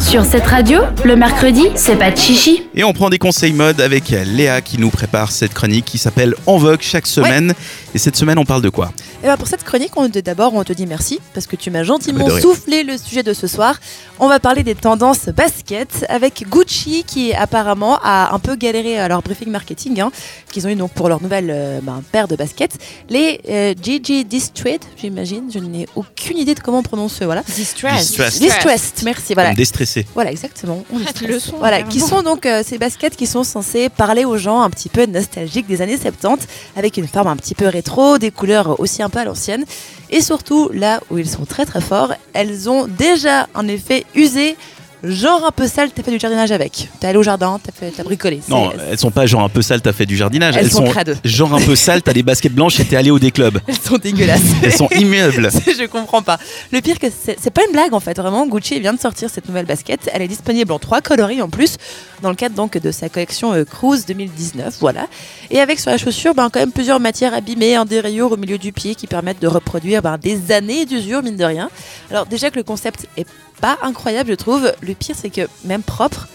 Sur cette radio, le mercredi, c'est pas de chichi. Et on prend des conseils mode avec Léa qui nous prépare cette chronique qui s'appelle En Vogue chaque semaine. Et cette semaine, on parle de quoi Et ben pour cette chronique, on te- d'abord, on te dit merci parce que tu m'as Ah gentiment bah de rien. soufflé le sujet de ce soir. On va parler des tendances basket avec Gucci qui apparemment a un peu galéré à leur briefing marketing hein, qu'ils ont eu donc pour leur nouvelle euh, ben, paire de baskets. Les euh, GG Distressed, j'imagine, je n'ai aucune idée de comment on prononce ce voilà. Distress. Distress. Distressed, merci, voilà. Comme Déstressé. Voilà, exactement. On est le stress. son, Voilà, carrément. qui sont donc euh, ces baskets qui sont censées parler aux gens un petit peu nostalgiques des années 70, avec une forme un petit peu rétro, des couleurs aussi un peu à l'ancienne. Et surtout, là où ils sont très très forts, elles ont déjà un effet usé, genre un peu sale, t'as fait du jardinage avec. T'es allé au jardin, t'as fait- t'as bricolé. C'est- Non, elles sont pas genre un peu sales, t'as fait du jardinage. elles, sont crades. genre un peu sales, t'as des baskets blanches et t'es allé au des clubs. Elles sont dégueulasses. Elles sont immuables. je comprends pas. Le pire que c'est c'est pas une blague en fait, vraiment Gucci vient de sortir cette nouvelle basket, elle est disponible en trois coloris en plus dans le cadre donc de sa collection euh, Cruise 2019, voilà. Et avec sur la chaussure ben, quand même plusieurs matières abîmées, un dérailleur au milieu du pied qui permettent de reproduire ben, des années d'usure mine de rien. Alors déjà que le concept est pas incroyable je trouve, le pire c'est que même propre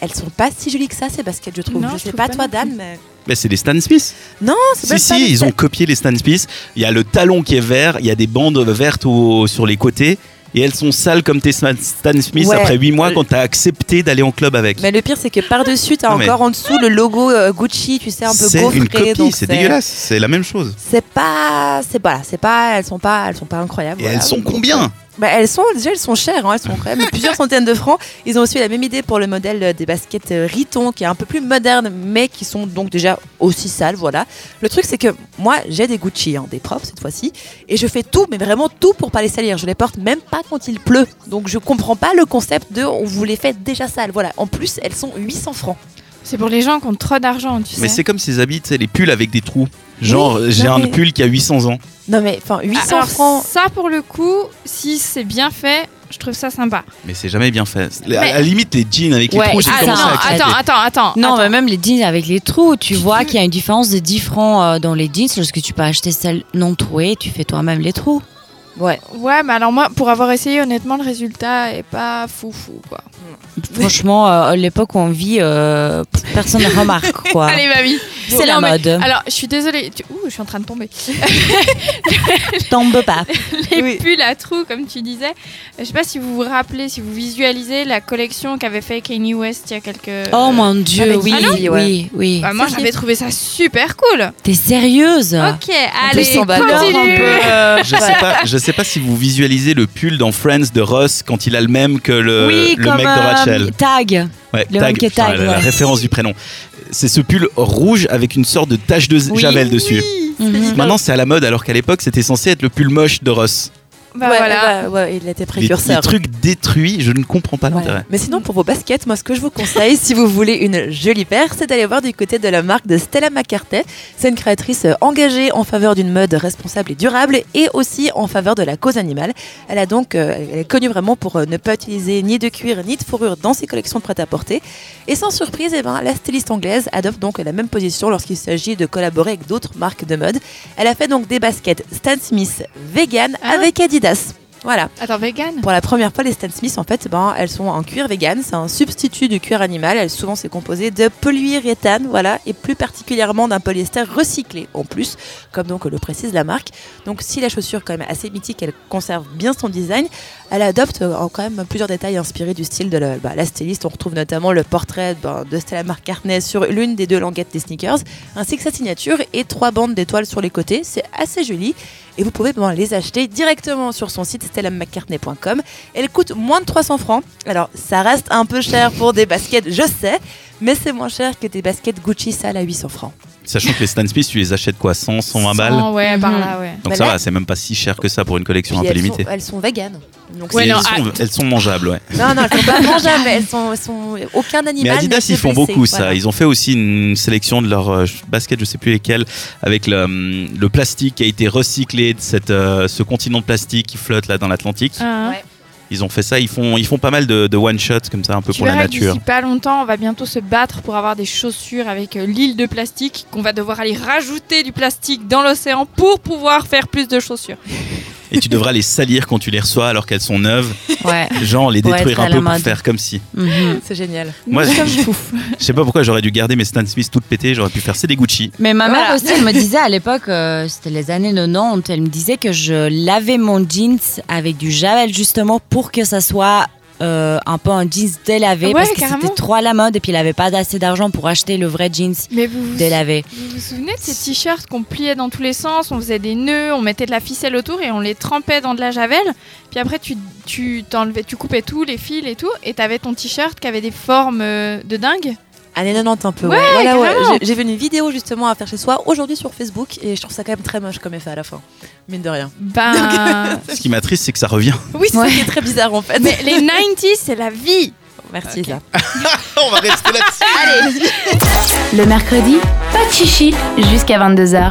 elles sont pas si jolies que ça ces baskets je trouve. Non, je je sais trouve pas, pas toi non Dan plus. mais Mais c'est des Stan Smith. non, c'est Si, même pas si, des- ils ont copié les Stan Smith. Il y a le talon qui est vert, il y a des bandes vertes au- sur les côtés. Et elles sont sales comme tes Stan Stan Smith Ouais. Euh, après 8 mois quand t'as accepté d'aller en club avec. Mais le pire, c'est que par-dessus, t'as Non, mais- encore en dessous le logo euh, Gucci, tu sais, un peu C'est gaufré. une copie, donc c'est dégueulasse. C'est la même chose. C'est pas, c'est pas, c'est pas, elles sont pas, elles sont pas incroyables. Et voilà. elles sont combien Bah, Elles sont déjà, elles sont chères, hein, elles sont quand même plusieurs centaines de francs. Ils ont aussi la même idée pour le modèle euh, des baskets euh, Riton, qui est un peu plus moderne, mais qui sont donc déjà aussi sales, voilà. Le truc, c'est que moi, j'ai des Gucci, hein, des propres cette fois-ci, et je fais tout, mais vraiment tout pour pas les salir. Je les porte même pas quand il pleut, donc je comprends pas le concept de on vous les fait déjà sales, voilà. En plus, elles sont 800 francs. C'est pour les gens qui ont trop d'argent, tu Mais sais. c'est comme ces habits, tu sais, les pulls avec des trous. Genre, Oui, j'ai non, un mais- pull qui a 800 ans. Non mais enfin 800 Ah, Alors, francs. Ça, pour le coup, si c'est bien fait, je trouve ça sympa. Mais c'est jamais bien fait. À- À Mais- la limite, les jeans avec Ouais, les trous, j'ai ah, commencé non, à accepter. attends, attends, attends. Non, attends. mais même les jeans avec les trous, tu vois qu'il y a une différence de 10 francs euh, dans les jeans lorsque tu peux acheter celles non trouées, tu fais toi-même les trous. Ouais. Ouais, mais alors moi, pour avoir essayé, honnêtement, le résultat est pas fou fou, quoi. Franchement, euh, à l'époque où on vit, euh, personne ne remarque Ah. quoi. Allez, mamie. C'est la Non, mais- mode. Alors, je suis désolée. tu- Ouh, je suis en train de tomber. Tombe pas. les Oui. pulls à trous, comme tu disais. Je sais pas si vous vous rappelez, si vous visualisez la collection qu'avait fait Kanye West il y a quelques. Oh mon dieu, avec oui, des filles, ouais. oui, oui. Bah, moi, Oh. Ça, j'avais trouvé ça super cool. T'es sérieuse Ok, allez, Ah. plus, on va continue. leur un peu, euh, Je sais, pas, je sais pas si vous visualisez le pull dans Friends de Ross quand il a le même que le, oui, le comme mec de euh, Rachel. tag. Ouais, le même que Putain, Tag, la, la ouais. référence du prénom. C'est ce pull rouge avec une sorte de tache de Oui. javel dessus. Mhm. Maintenant, c'est à la mode, alors qu'à l'époque, c'était censé être le pull moche de Ross. Bah ouais, ouais, voilà. ouais, il était Les, les précurseur. trucs détruits, je ne comprends pas Ouais. l'intérêt. Mais sinon, pour vos baskets, moi, ce que je vous conseille, si vous voulez une jolie paire, c'est d'aller voir du côté de la marque de Stella McCartney. C'est une créatrice euh, engagée en faveur d'une mode responsable et durable et aussi en faveur de la cause animale. Elle a donc, euh, elle est connue vraiment pour euh, ne pas utiliser ni de cuir ni de fourrure dans ses collections de prêt-à-porter. Et sans surprise, eh ben, la styliste anglaise adopte donc la même position lorsqu'il s'agit de collaborer avec d'autres marques de mode. Elle a fait donc des baskets Stan Smith vegan Ah. avec Adidas. Voilà. Attends, vegan Pour la première fois, les Stan Smith, en fait, ben, elles sont en cuir vegan. C'est un substitut du cuir animal. Elles, souvent, c'est composé de polyuréthane, voilà, et plus particulièrement d'un polyester recyclé, en plus, comme donc le précise la marque. Donc, si la chaussure, quand même assez mythique, elle conserve bien son design, elle adopte euh, quand même plusieurs détails inspirés du style de la, bah, la styliste. On retrouve notamment le portrait ben, de Stella McCartney sur l'une des deux languettes des sneakers, ainsi que sa signature et trois bandes d'étoiles sur les côtés. C'est assez joli et vous pouvez ben, les acheter directement sur son site stellamccartney.com. Elle coûte moins de 300 francs. Alors, ça reste un peu cher pour des baskets, je sais, mais c'est moins cher que des baskets Gucci sales à 800 francs. Sachant que les Stan Smith, tu les achètes quoi 100, 120 balles Cent, Ouais, par Mhm. là, ouais. Donc Bah ça là- va, c'est même pas si cher que ça pour une collection un Puis peu elles, sont, limitée. elles sont véganes. Donc, Ouais, Et non, elles, sont, elles sont mangeables, ouais. c'est- non, non, elles sont pas mangeables, elles sont, elles sont- aucun animal. Mais Adidas, n'est ils font blessé, beaucoup ça. voilà. Ils ont fait aussi une sélection de leurs euh, baskets, je sais plus lesquelles, avec le, hum, le plastique qui a été recyclé de cette, euh, ce continent de plastique qui flotte là dans l'Atlantique. Hein. Ouais. Ils ont fait ça. Ils font, ils font pas mal de, de one shots comme ça, un peu Tu pour la verras que nature. D'ici pas longtemps, on va bientôt se battre pour avoir des chaussures avec euh, l'île de plastique qu'on va devoir aller rajouter du plastique dans l'océan pour pouvoir faire plus de chaussures. et tu devras les salir quand tu les reçois alors qu'elles sont neuves, Ouais. genre les Pour détruire être à un la peu pour mode. faire comme si. Mhm. C'est génial. Moi, Nous je- sommes fous. Je sais pas pourquoi j'aurais dû garder mes Stan Smith toutes pétées, j'aurais pu faire c'est des Gucci. Mais ma mère Voilà. aussi, elle me disait à l'époque, euh, c'était les années 90, elle me disait que je lavais mon jeans avec du javel justement pour que ça soit euh, un peu un jeans délavé Ouais, parce que carrément. c'était trop à la mode et puis il avait pas assez d'argent pour acheter le vrai jeans Mais vous vous, délavé. vous vous souvenez de ces t-shirts qu'on pliait dans tous les sens, on faisait des nœuds, on mettait de la ficelle autour et on les trempait dans de la javel. Puis après, tu, tu t'enlevais, tu coupais tout, les fils et tout, et t'avais ton t-shirt qui avait des formes euh, de dingue. Années 90 un peu. Ouais, Ouais, Voilà, ouais. carrément. J'ai- J'ai vu une vidéo justement à faire chez soi aujourd'hui sur Facebook et je trouve ça quand même très moche comme effet à la fin. Mine de rien. Ben Ce qui m'attriste, c'est que ça revient. Oui, c'est Ouais. ce qui est très bizarre en fait. mais les 90s, c'est la vie. Merci Isa. On va rester là-dessus. Le mercredi, pas de chichi jusqu'à 22h.